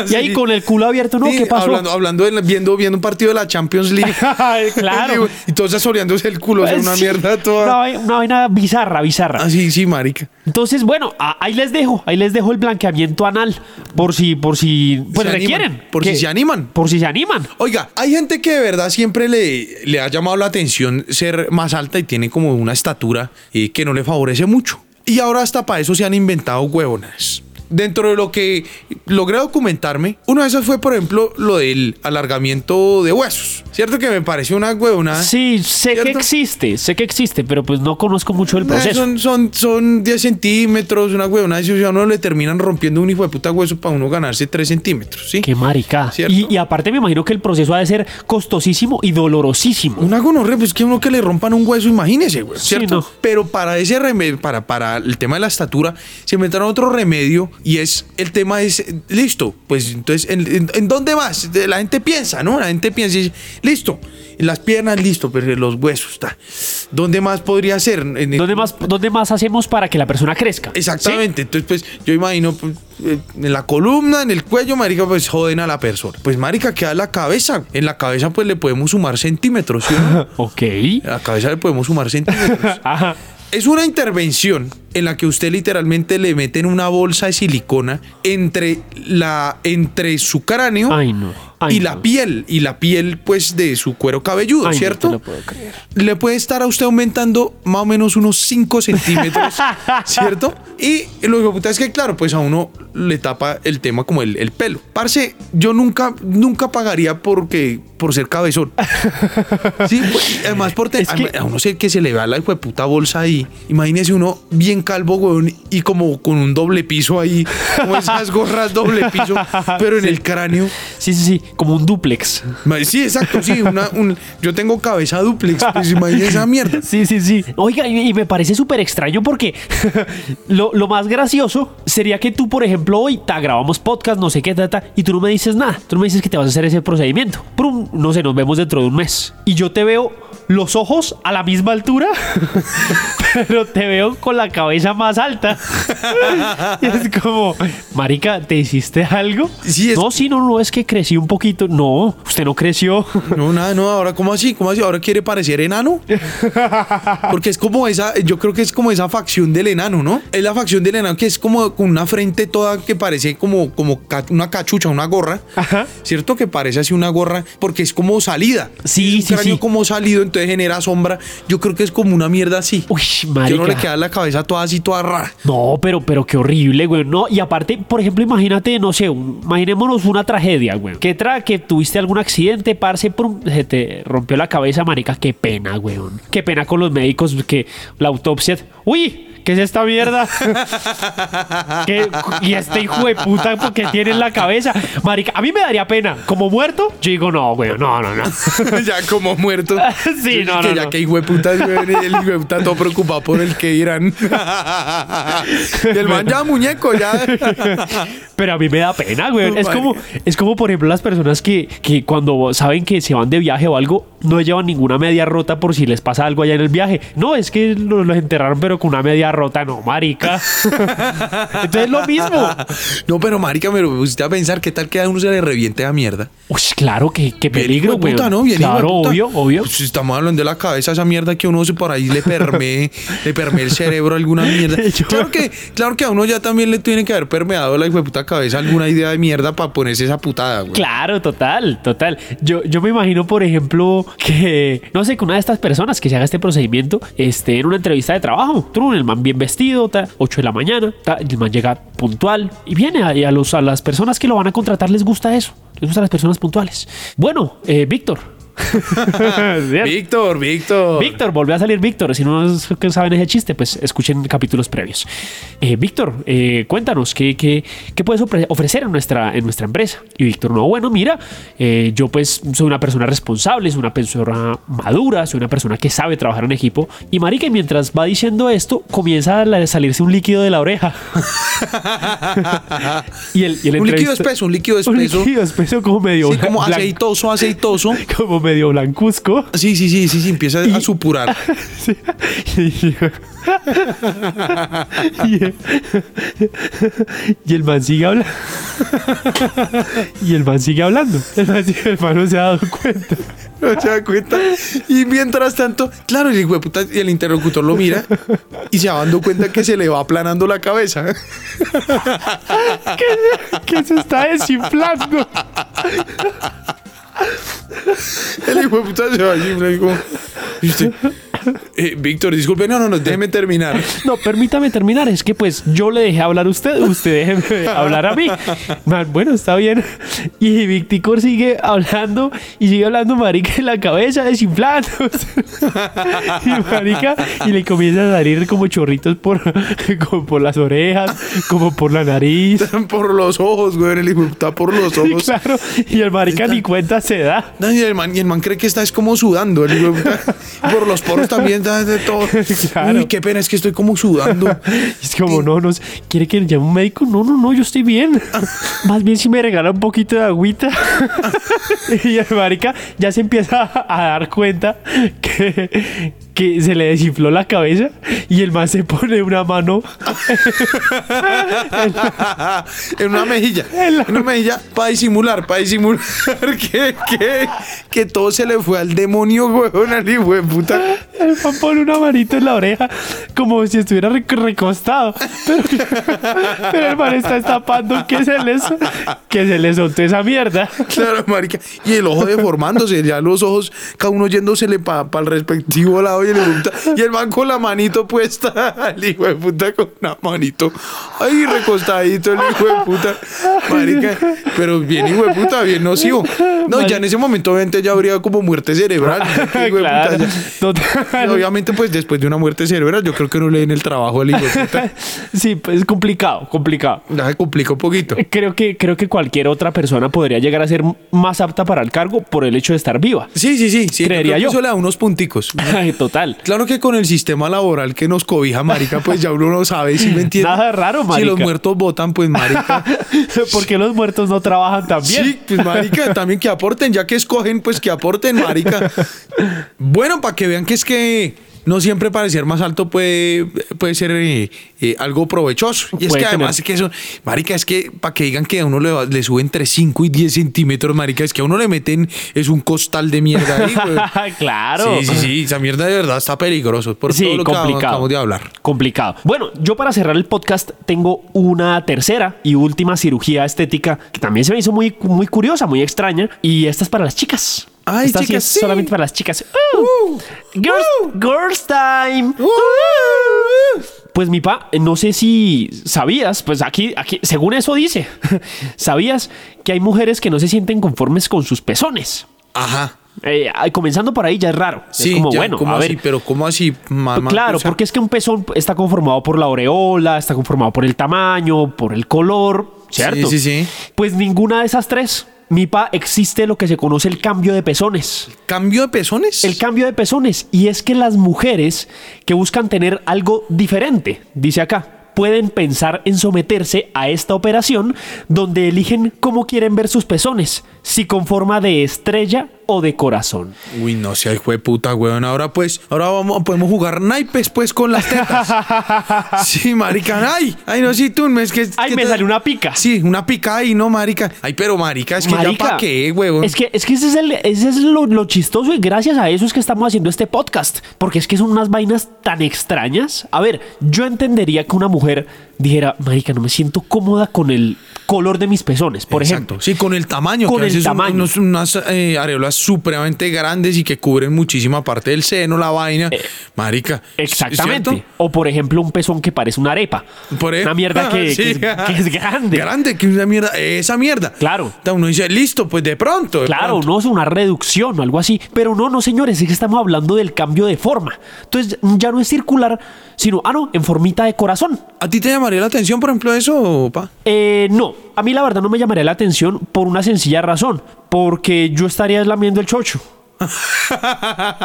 [SPEAKER 1] y ahí
[SPEAKER 3] Sí.
[SPEAKER 1] con el culo abierto, no,
[SPEAKER 3] Sí,
[SPEAKER 1] ¿qué pasó?
[SPEAKER 3] hablando, hablando de la- viendo, viendo un partido de la
[SPEAKER 1] (laughs)
[SPEAKER 3] Champions League.
[SPEAKER 1] Ay, claro. Pues
[SPEAKER 3] Y todos asoreándose el culo, o sea, una
[SPEAKER 1] Sí,
[SPEAKER 3] mierda
[SPEAKER 1] Una,
[SPEAKER 3] toda.
[SPEAKER 1] vai- una vaina bizarra, bizarra.
[SPEAKER 3] Ah, sí, sí, marica.
[SPEAKER 1] Entonces, bueno, a- ahí les dejo, ahí les dejo el blanqueamiento anal, por si, por si, pues
[SPEAKER 3] Se animan,
[SPEAKER 1] requieren.
[SPEAKER 3] por si se animan.
[SPEAKER 1] Por si se animan.
[SPEAKER 3] Oiga, hay gente que de verdad siempre le, le ha llamado la atención ser más alta y tiene como una estatura eh, que no le favorece mucho. Y ahora hasta para eso se han inventado huevonas. Dentro de lo que logré documentarme, una de esas fue, por ejemplo, lo del alargamiento de huesos. ¿Cierto que me pareció una huevonada?
[SPEAKER 1] Sí, sé que
[SPEAKER 3] Ah, ¿Cierto?
[SPEAKER 1] existe, sé que existe, pero pues no conozco mucho el
[SPEAKER 3] Nah,
[SPEAKER 1] proceso.
[SPEAKER 3] Son, son, son 10 centímetros, una huevona. Y si a uno le terminan rompiendo un hijo de puta hueso para uno ganarse 3 centímetros, ¿sí?
[SPEAKER 1] Qué marica.
[SPEAKER 3] ¿Cierto?
[SPEAKER 1] Y, y aparte me imagino que el proceso ha de ser costosísimo y dolorosísimo.
[SPEAKER 3] Una gonorrea, pues que uno que le rompan un hueso, imagínese, güey,
[SPEAKER 1] Sí,
[SPEAKER 3] ¿cierto?
[SPEAKER 1] no.
[SPEAKER 3] Pero para ese remedio, para, para el tema de la estatura, se inventaron otro remedio y es, el tema es, eh, listo, pues entonces, ¿en, en- en dónde vas? De- La gente piensa, ¿no? La gente piensa y dice, listo, en las piernas, listo, pero en los huesos, está. ¿Dónde más podría ser? En-
[SPEAKER 1] ¿Dónde más, ¿Dónde más hacemos para que la persona crezca?
[SPEAKER 3] eh. Exactamente, entonces pues yo imagino pues, eh, en la columna, en el cuello, marica, pues joden a la persona. Pues marica, queda la cabeza. En la cabeza pues le podemos sumar centímetros, ¿sí o no?
[SPEAKER 1] ¿Sí?
[SPEAKER 3] A la cabeza le podemos sumar centímetros.
[SPEAKER 1] Ok. (laughs) Ajá.
[SPEAKER 3] Es una intervención en la que usted literalmente le meten una bolsa de silicona entre, la, entre su cráneo
[SPEAKER 1] Ay, no. Ay,
[SPEAKER 3] y la
[SPEAKER 1] no.
[SPEAKER 3] piel. Y la piel, pues, de su cuero cabelludo,
[SPEAKER 1] Ay, no
[SPEAKER 3] ¿cierto?
[SPEAKER 1] te lo puedo creer.
[SPEAKER 3] Le puede estar a usted aumentando más o menos unos
[SPEAKER 1] (laughs)
[SPEAKER 3] 5 centímetros, ¿cierto? Y lo que puta es que, claro, pues a uno le tapa el tema como el, el pelo. Parce, yo nunca, nunca pagaría porque, por ser cabezón. Sí, pues, y además por te-
[SPEAKER 1] Es que-
[SPEAKER 3] a uno se, que se le vea la hijo de puta bolsa ahí. Imagínese uno bien calvo, weón, y como con un doble piso ahí, como esas gorras doble piso, pero en el cráneo.
[SPEAKER 1] Sí, sí, sí. Como un duplex.
[SPEAKER 3] Ma- Sí, exacto, sí. Una, un- yo tengo cabeza duplex, pues imagínese esa
[SPEAKER 1] (laughs)
[SPEAKER 3] mierda.
[SPEAKER 1] Sí, sí, sí. Oiga, y, y me parece súper extraño porque (laughs) lo, lo más gracioso sería que tú, por ejemplo, hoy ta, grabamos podcast, no sé qué, ta, ta, y tú no me dices nada. Tú no me dices que te vas a hacer ese procedimiento. Prum, no sé, nos vemos dentro de un mes. Y yo te veo los ojos a la misma altura, (laughs) pero te veo con la cabeza más alta. (laughs) Y es como, Marica, ¿te hiciste algo?
[SPEAKER 3] Sí, es-
[SPEAKER 1] No, sí, no, no, es que crecí un poquito. No, usted no creció. (laughs)
[SPEAKER 3] No, nada, no, ahora cómo así, cómo así, ahora quiere parecer enano. Porque es como esa, yo creo que es como esa facción del enano, ¿no? Es la facción del enano que es como con una frente toda que parece como, como ca- una cachucha, una gorra.
[SPEAKER 1] Ajá.
[SPEAKER 3] ¿Cierto? Que parece así una gorra porque es como salida.
[SPEAKER 1] Sí,
[SPEAKER 3] es
[SPEAKER 1] sí,
[SPEAKER 3] un cráneo
[SPEAKER 1] sí.
[SPEAKER 3] como salido, entonces genera sombra. Yo creo que es como una mierda así.
[SPEAKER 1] Uy,
[SPEAKER 3] Que
[SPEAKER 1] marica.
[SPEAKER 3] uno le queda la cabeza toda así, toda rara. (laughs)
[SPEAKER 1] No, pero, pero qué horrible, güey. No, y aparte, por ejemplo, imagínate, no sé, un- imaginémonos una tragedia, güey. Que tra que tuviste algún accidente, parce, prum, se te rompió la cabeza, marica. Qué pena, güey. Qué pena con los médicos que la autopsia. ¡Uy! ¿Qué es esta mierda? ¿Qué- Y este hijo de puta porque tiene en la cabeza. Marica, a mí me daría pena. Como muerto, yo digo, no, güey, no, no, no.
[SPEAKER 3] ya como muerto.
[SPEAKER 1] (laughs) Sí, no,
[SPEAKER 3] que
[SPEAKER 1] no,
[SPEAKER 3] Ya
[SPEAKER 1] no.
[SPEAKER 3] que hijo de puta, el hijo de puta todo preocupado por el
[SPEAKER 1] (laughs)
[SPEAKER 3] que irán. y el man ya muñeco, ya. (laughs)
[SPEAKER 1] Pero a mí me da pena, güey. Es
[SPEAKER 3] Marica.
[SPEAKER 1] como, es como, por ejemplo, las personas que, que cuando saben que se van de viaje o algo, no llevan ninguna media rota por si les pasa algo allá en el viaje. No, es que lo- los enterraron, pero con una media rota, no, marica.
[SPEAKER 3] (laughs)
[SPEAKER 1] Entonces lo mismo.
[SPEAKER 3] no, pero marica, me lo pusiste a pensar qué tal que a uno se le reviente a mierda.
[SPEAKER 1] Uy, claro, que qué
[SPEAKER 3] Bien
[SPEAKER 1] peligro,
[SPEAKER 3] hijo de
[SPEAKER 1] güey.
[SPEAKER 3] puta, ¿no? Bien hijo de
[SPEAKER 1] claro,
[SPEAKER 3] puta.
[SPEAKER 1] obvio, obvio.
[SPEAKER 3] Pues, si estamos hablando de la cabeza, esa mierda que uno se por ahí le permee, le permee el cerebro alguna mierda.
[SPEAKER 1] (laughs) Yo-
[SPEAKER 3] Claro que, claro que a uno ya también le tiene que haber permeado la hijo de puta cabeza alguna idea de mierda para ponerse esa putada, güey.
[SPEAKER 1] Claro, total, total. Yo, yo me imagino, por ejemplo, que, no sé, que una de estas personas que se haga este procedimiento esté en una entrevista de trabajo. Trun, el man bien vestido, ta, 8 de la mañana, ta, el man llega puntual y viene a, y a los, a las personas que lo van a contratar les gusta eso. Les gustan las personas puntuales. Bueno, eh, Víctor. (laughs) Bien.
[SPEAKER 3] Víctor, Víctor.
[SPEAKER 1] Víctor, volvió a salir Víctor. Si no es- que saben ese chiste, pues escuchen capítulos previos. Eh, Víctor, eh, cuéntanos, ¿qué, qué, qué puedes ofre- ofrecer en nuestra, en nuestra empresa? Y Víctor, no, bueno, mira, eh, yo pues soy una persona responsable, soy una persona madura, soy una persona que sabe trabajar en equipo. Y marica, mientras va diciendo esto, comienza a la- salirse un líquido de la oreja. (laughs) y el, y el
[SPEAKER 3] Un líquido
[SPEAKER 1] entrevista-
[SPEAKER 3] espeso, un líquido
[SPEAKER 1] (laughs) Un
[SPEAKER 3] espeso.
[SPEAKER 1] líquido espeso como medio
[SPEAKER 3] (laughs) Sí, como
[SPEAKER 1] blan-
[SPEAKER 3] aceitoso, aceitoso.
[SPEAKER 1] como medio blancuzco.
[SPEAKER 3] Sí, sí, sí, sí, sí, empieza
[SPEAKER 1] Y- (laughs)
[SPEAKER 3] a supurar.
[SPEAKER 1] Sí. Y, y el, (laughs) y el man sigue hablando. Y el man sigue hablando. El man, sigue- el man no se ha dado cuenta.
[SPEAKER 3] No se da cuenta. Y mientras tanto, claro, el hijo de puta, y el interlocutor lo mira y se va dando cuenta que se le va aplanando la cabeza.
[SPEAKER 1] Que se está desinflando.
[SPEAKER 3] El hijo de puta se va allí y digo, y usted, eh, Víctor, disculpe, no, no, no, déjeme terminar. (laughs)
[SPEAKER 1] No, permítame terminar. Es que pues yo le dejé hablar a usted, usted déjeme hablar a mí. Man, bueno, está bien. Y Victicor sigue hablando y sigue hablando marica en la cabeza, desinflando. Y marica, y le comienza a salir como chorritos por, como por las orejas, como por la nariz.
[SPEAKER 3] Por los ojos, güey, el hijo de puta, por los
[SPEAKER 1] Y
[SPEAKER 3] ojos.
[SPEAKER 1] claro, y el marica ni cuenta se da.
[SPEAKER 3] No, Y el, man, y el man cree que está es como sudando, el hijo de
[SPEAKER 1] (laughs)
[SPEAKER 3] puta. Por los poros también, da de todo.
[SPEAKER 1] Claro.
[SPEAKER 3] Uy, qué pena, es que estoy como
[SPEAKER 1] (laughs)
[SPEAKER 3] sudando.
[SPEAKER 1] Y es como, no, no, sé, ¿quiere que le llame un médico? No, no, no, yo estoy
[SPEAKER 3] (laughs)
[SPEAKER 1] bien. Más bien si me regala un poquito de agüita. y el marica ya se empieza a dar cuenta que, que se le desinfló la cabeza y el man se pone una mano
[SPEAKER 3] en una mejilla.
[SPEAKER 1] En
[SPEAKER 3] En,
[SPEAKER 1] la-
[SPEAKER 3] una mejilla para disimular, para disimular (laughs) que, que, que todo se le fue al demonio, weón, al hijo de puta.
[SPEAKER 1] El man pone una manito en la oreja como si estuviera rec- recostado. Pero, pero el man está tapando que se les, que se le soltó esa mierda.
[SPEAKER 3] Claro, marica. Y el ojo deformándose, ya los ojos, cada uno yéndosele para el respectivo lado y el hijo de puta. Y el man con la manito puesta, (laughs) el hijo de puta con la manito. Ay, recostadito el hijo de puta. Marica, pero bien hijo de puta, bien nocivo. No, ya en ese momento obviamente ya habría como muerte cerebral. hijo de puta,
[SPEAKER 1] Claro,
[SPEAKER 3] ya. Y
[SPEAKER 1] total.
[SPEAKER 3] obviamente, pues después de una muerte cerebral, yo creo que no le den el trabajo al hijo. de puta.
[SPEAKER 1] (laughs) Sí, pues es complicado, complicado.
[SPEAKER 3] Ya se complica un poquito.
[SPEAKER 1] Creo que, creo que cualquier otra persona podría llegar a ser más apta para el cargo por el hecho de estar viva. (laughs)
[SPEAKER 3] Sí, sí, sí. sí
[SPEAKER 1] Creería
[SPEAKER 3] creo que
[SPEAKER 1] yo.
[SPEAKER 3] Eso le da unos punticos.
[SPEAKER 1] Ay,
[SPEAKER 3] (laughs)
[SPEAKER 1] total.
[SPEAKER 3] Claro que con el sistema laboral que nos cobija, marica, pues ya uno no sabe si
[SPEAKER 1] (laughs)
[SPEAKER 3] me entiende.
[SPEAKER 1] Nada raro,
[SPEAKER 3] Si los
[SPEAKER 1] marica.
[SPEAKER 3] muertos votan, pues marica.
[SPEAKER 1] Porque los muertos no trabajan tan (laughs) bien.
[SPEAKER 3] Sí, pues marica, también que aporten, ya que escogen, pues que aporten, marica. Bueno, para que vean que es que no siempre parecer más alto puede, puede ser eh, eh, algo provechoso. Y es
[SPEAKER 1] Puede
[SPEAKER 3] que además es que eso, marica, es que para que digan que a uno le, va- le sube entre 5 y 10 centímetros, marica, es que a uno le meten, es un costal de
[SPEAKER 1] (laughs)
[SPEAKER 3] mierda ahí, güey.
[SPEAKER 1] claro.
[SPEAKER 3] Sí, sí, sí, esa mierda de verdad está peligroso, por
[SPEAKER 1] Sí,
[SPEAKER 3] todo lo
[SPEAKER 1] complicado.
[SPEAKER 3] que acabamos de hablar.
[SPEAKER 1] Complicado. Bueno, yo para cerrar el podcast tengo una tercera y última cirugía estética que también se me hizo muy, muy curiosa, muy extraña. Y esta es para las chicas.
[SPEAKER 3] Ay,
[SPEAKER 1] esta
[SPEAKER 3] chicas, sí.
[SPEAKER 1] solamente para las chicas. ¡Uh! girls, girls time.
[SPEAKER 3] Uh,
[SPEAKER 1] Pues mi pa, no sé si sabías, pues aquí, aquí, según eso dice, (laughs) sabías que hay mujeres que no se sienten conformes con sus pezones.
[SPEAKER 3] Ajá.
[SPEAKER 1] Eh, ay, comenzando por ahí ya es raro.
[SPEAKER 3] Sí,
[SPEAKER 1] es como
[SPEAKER 3] ya,
[SPEAKER 1] bueno,
[SPEAKER 3] ¿cómo
[SPEAKER 1] a
[SPEAKER 3] así?
[SPEAKER 1] ver. Pues
[SPEAKER 3] Pero ¿cómo así, mamá?
[SPEAKER 1] Claro,
[SPEAKER 3] O sea,
[SPEAKER 1] porque es que un pezón está conformado por la aureola, está conformado por el tamaño, por el color, ¿cierto?
[SPEAKER 3] Sí, sí, sí.
[SPEAKER 1] Pues ninguna de esas tres. Mi pa, existe lo que se conoce el cambio de pezones.
[SPEAKER 3] ¿Cambio de pezones?
[SPEAKER 1] El cambio de pezones. Y es que las mujeres que buscan tener algo diferente, dice acá, pueden pensar en someterse a esta operación donde eligen cómo quieren ver sus pezones, si con forma de estrella o de corazón.
[SPEAKER 3] Uy, no sea hijo de puta, weón. Ahora pues, ahora vamos, podemos jugar naipes pues con las tetas.
[SPEAKER 1] (laughs)
[SPEAKER 3] sí, marica. Ay, ay, no, sí, tú, es que...
[SPEAKER 1] Ay,
[SPEAKER 3] que
[SPEAKER 1] me
[SPEAKER 3] te-
[SPEAKER 1] salió una pica.
[SPEAKER 3] Sí, una pica ahí, no, marica. Ay, pero marica, es que
[SPEAKER 1] Marica,
[SPEAKER 3] ya pa' qué, weón.
[SPEAKER 1] Es que, es que ese es, el- ese es lo, lo chistoso y gracias a eso es que estamos haciendo este podcast. Porque es que son unas vainas tan extrañas. A ver, yo entendería que una mujer dijera, Marica, no me siento cómoda con el color de mis pezones, por
[SPEAKER 3] Exacto.
[SPEAKER 1] ejemplo.
[SPEAKER 3] Sí, con el tamaño.
[SPEAKER 1] Con
[SPEAKER 3] que a
[SPEAKER 1] el
[SPEAKER 3] veces son
[SPEAKER 1] tamaño.
[SPEAKER 3] unos- unas eh, areolas supremamente grandes y que cubren muchísima parte del seno, la vaina. Marica.
[SPEAKER 1] Eh, Exactamente.
[SPEAKER 3] ¿cierto?
[SPEAKER 1] O por ejemplo, un pezón que parece una arepa.
[SPEAKER 3] Por ejemplo.
[SPEAKER 1] Una mierda
[SPEAKER 3] (laughs)
[SPEAKER 1] que, que
[SPEAKER 3] Sí.
[SPEAKER 1] es, que es grande.
[SPEAKER 3] Grande, que una mierda. Esa mierda.
[SPEAKER 1] Claro.
[SPEAKER 3] Entonces uno dice, listo, pues de pronto. de
[SPEAKER 1] Claro,
[SPEAKER 3] pronto.
[SPEAKER 1] no es una reducción o algo así. Pero no, no, señores, es que estamos hablando del cambio de forma. Entonces ya no es circular, sino, ah, no, en formita de corazón.
[SPEAKER 3] ¿A ti te llamaría la atención, por ejemplo, eso, pa?
[SPEAKER 1] Eh, no, a
[SPEAKER 3] (laughs)
[SPEAKER 1] mí la verdad no me llamaría la atención por una sencilla razón, porque yo estaría lamiendo el chocho.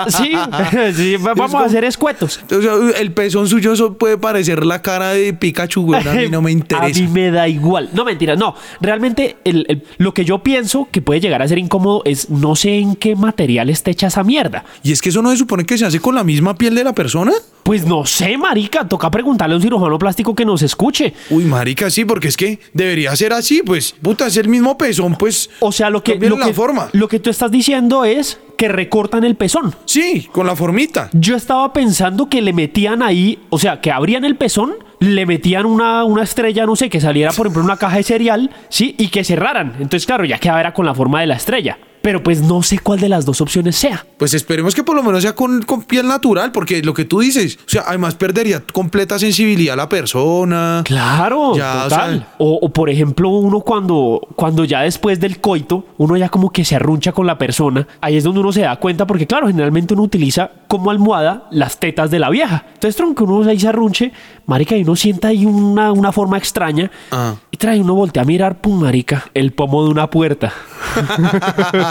[SPEAKER 1] Sí, (laughs) sí, va- vamos
[SPEAKER 3] como-
[SPEAKER 1] a hacer escuetos.
[SPEAKER 3] O sea, el pezón suyo eso puede parecer la cara de Pikachu, güey. A mí no me
[SPEAKER 1] (laughs) A mí
[SPEAKER 3] interesa.
[SPEAKER 1] me da igual. No, mentira, no. Realmente el- el- lo que yo pienso que puede llegar a ser incómodo es no sé en qué material está hecha esa mierda.
[SPEAKER 3] Y es que eso no se supone que se hace con la misma piel de la persona.
[SPEAKER 1] Pues no sé, marica. Toca preguntarle a un cirujano plástico que nos escuche.
[SPEAKER 3] Uy, marica, sí, porque es que debería ser así, pues. Puta, es el mismo pezón, pues.
[SPEAKER 1] O sea, lo que,
[SPEAKER 3] Cambien
[SPEAKER 1] lo
[SPEAKER 3] la
[SPEAKER 1] que-
[SPEAKER 3] forma.
[SPEAKER 1] lo que tú estás diciendo es que recortan el pezón.
[SPEAKER 3] Sí, con la formita.
[SPEAKER 1] Yo estaba pensando que le metían ahí, o sea, que abrían el pezón, le metían una, una estrella, no sé, que saliera, por ejemplo, una caja de cereal, ¿sí? Y que cerraran. Entonces, claro, ya quedaba era con la forma de la estrella. Pero pues no sé cuál de las dos opciones sea.
[SPEAKER 3] Pues esperemos que por lo menos sea con, con piel natural, porque lo que tú dices, o sea, además perdería completa sensibilidad la persona.
[SPEAKER 1] Claro,
[SPEAKER 3] Ya, o
[SPEAKER 1] total. O,
[SPEAKER 3] sea-
[SPEAKER 1] o, por ejemplo, uno cuando, cuando ya después del coito, uno ya como que se arruncha con la persona, ahí es donde uno se da cuenta, porque claro, generalmente uno utiliza como almohada las tetas de la vieja. Entonces, tronco, uno ahí se arrunche, marica, y uno sienta ahí una, una forma extraña,
[SPEAKER 3] Ah.
[SPEAKER 1] y trae uno voltea a mirar, pum, marica, el pomo de una
[SPEAKER 3] (laughs)
[SPEAKER 1] puerta. (laughs)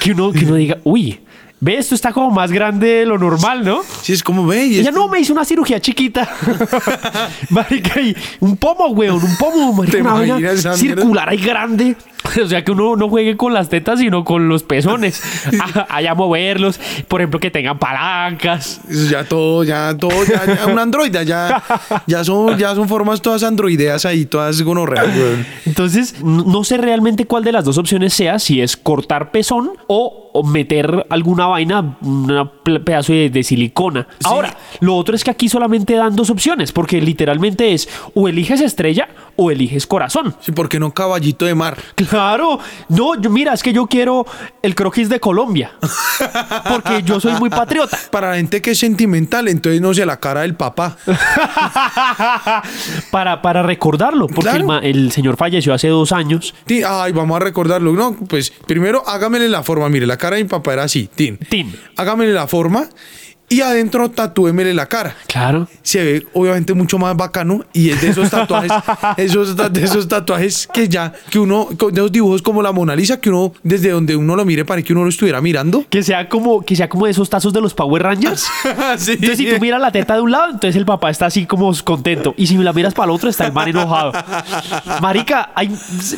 [SPEAKER 1] que, uno, que uno diga, uy, ve, esto está como más grande de lo normal, ¿no?
[SPEAKER 3] Sí, es como ve. y es-
[SPEAKER 1] Ella no me hizo una cirugía (laughs) chiquita. marica, y un pomo, weón, un pomo, marica,
[SPEAKER 3] ¿Te
[SPEAKER 1] una vaina
[SPEAKER 3] imaginas esa mierda?
[SPEAKER 1] circular ahí grande. (laughs) O sea, que uno no juegue con las tetas, sino con los pezones. A- Allá moverlos, por ejemplo, que tengan palancas.
[SPEAKER 3] Eso Ya todo, ya todo, ya, ya un androida, ya, ya son, ya son formas todas androideas ahí, todas gonorreas, güey.
[SPEAKER 1] Entonces, n- no sé realmente cuál de las dos opciones sea, si es cortar pezón o, o meter alguna vaina, un pedazo de, de silicona. Ahora, lo otro es que aquí solamente dan dos opciones, porque literalmente es o eliges estrella o eliges corazón.
[SPEAKER 3] Sí, ¿por qué no caballito de mar?
[SPEAKER 1] Claro, no, yo- mira, es que yo quiero el croquis de Colombia, porque yo soy muy patriota.
[SPEAKER 3] Para la gente que es sentimental, entonces no sé, la cara del papá.
[SPEAKER 1] para, para recordarlo, porque
[SPEAKER 3] Claro.
[SPEAKER 1] el ma- el señor falleció hace dos años.
[SPEAKER 3] Tin, Ay, vamos a recordarlo. No, pues primero hágamele la forma. Mire, la cara de mi papá era así, Tin.
[SPEAKER 1] Tin.
[SPEAKER 3] Hágamele la forma y adentro tatúemele la cara.
[SPEAKER 1] Claro.
[SPEAKER 3] se ve obviamente mucho más bacano y es de esos tatuajes,
[SPEAKER 1] (laughs)
[SPEAKER 3] esos, ta- de esos tatuajes que ya, que uno, de esos dibujos como la Mona Lisa, que uno, desde donde uno lo mire, parece que uno lo estuviera
[SPEAKER 1] (laughs)
[SPEAKER 3] mirando.
[SPEAKER 1] Que sea como, que sea como de esos tazos de los Power Rangers.
[SPEAKER 3] Sí.
[SPEAKER 1] Entonces, si tú miras la teta de un lado, entonces el papá está así como contento. Y si la miras para el otro, está el man enojado. Marica, hay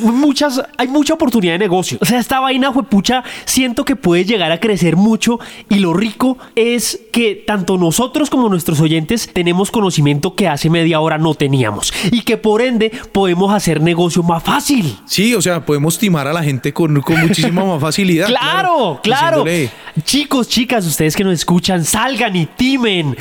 [SPEAKER 1] muchas, hay mucha oportunidad de negocio. O sea, esta vaina, juepucha, siento que puede llegar a crecer mucho. Y lo rico es que tanto nosotros como nuestros oyentes tenemos conocimiento que hace media hora no teníamos. Y que por ende podemos hacer negocio más fácil.
[SPEAKER 3] Sí, o sea, podemos timar a la gente con, con muchísima más (laughs) facilidad.
[SPEAKER 1] Claro, claro.
[SPEAKER 3] Diciéndole,
[SPEAKER 1] Chicos, chicas, ustedes que nos escuchan, salgan y
[SPEAKER 3] (laughs)
[SPEAKER 1] timen.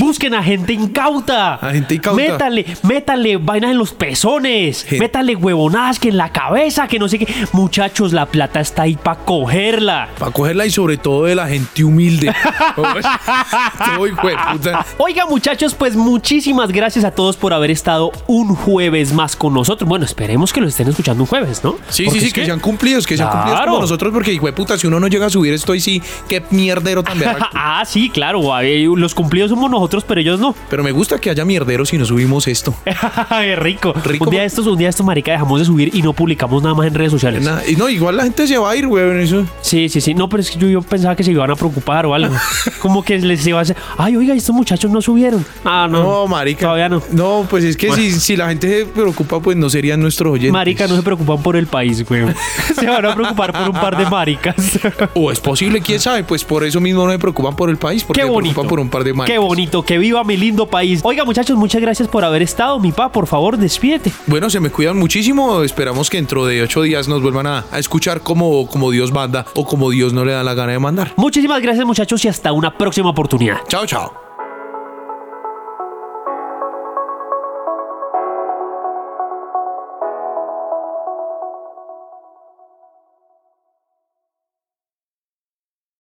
[SPEAKER 1] Busquen a gente incauta.
[SPEAKER 3] A gente incauta.
[SPEAKER 1] Métanle, métanle vainas en los pezones.
[SPEAKER 3] Gen-
[SPEAKER 1] Métanle huevonadas que en la cabeza, que no sé qué. Muchachos, la plata está ahí para cogerla.
[SPEAKER 3] Para cogerla y sobre todo de la
[SPEAKER 1] (laughs)
[SPEAKER 3] gente humilde. (laughs) Todo hijo de puta.
[SPEAKER 1] Oiga muchachos, pues muchísimas gracias a todos por haber estado un jueves más con nosotros. Bueno, esperemos que lo estén escuchando un jueves, ¿no?
[SPEAKER 3] Sí,
[SPEAKER 1] Porque
[SPEAKER 3] sí, sí,
[SPEAKER 1] es
[SPEAKER 3] que, sean cumplidos, que sean cumplidos
[SPEAKER 1] Claro.
[SPEAKER 3] como nosotros, porque hijo de puta, si uno no llega a subir esto y sí, qué mierdero
[SPEAKER 1] (laughs)
[SPEAKER 3] tan berraco.
[SPEAKER 1] Ah, sí, claro. a ver, Los cumplidos somos nosotros, pero ellos no.
[SPEAKER 3] Pero me gusta que haya mierderos si no subimos esto.
[SPEAKER 1] (laughs) Qué rico.
[SPEAKER 3] Rico.
[SPEAKER 1] Un día de estos, un día de estos, marica, dejamos de subir y no publicamos nada más en redes sociales.
[SPEAKER 3] Nada, y no, igual la gente se va a ir, weón. Eso.
[SPEAKER 1] Sí, sí, sí. No, pero es que yo, yo pensaba que se iban a preocupar o
[SPEAKER 3] (laughs)
[SPEAKER 1] algo. Como que les iba a hacer, ay, oiga, estos muchachos no subieron. Ah, no.
[SPEAKER 3] No, marica.
[SPEAKER 1] Todavía no.
[SPEAKER 3] No, pues es que si, si la gente se preocupa, pues no serían nuestros oyentes.
[SPEAKER 1] Marica, no se preocupan por el país, güey. (laughs) se van a preocupar por un par de maricas. (laughs)
[SPEAKER 3] O es posible, quién sabe, pues por eso mismo no se preocupan por el país, porque
[SPEAKER 1] Qué
[SPEAKER 3] se
[SPEAKER 1] bonito.
[SPEAKER 3] preocupan por un par de manos.
[SPEAKER 1] Qué bonito, que viva mi lindo país. Oiga, muchachos, muchas gracias por haber estado. Mi pa, por favor, despídete.
[SPEAKER 3] Bueno, se me cuidan muchísimo. Esperamos que dentro de ocho días nos vuelvan a, a escuchar como, como Dios manda o como Dios no le da la gana de mandar.
[SPEAKER 1] Muchísimas gracias, muchachos, y hasta una próxima oportunidad.
[SPEAKER 3] Chao, chao.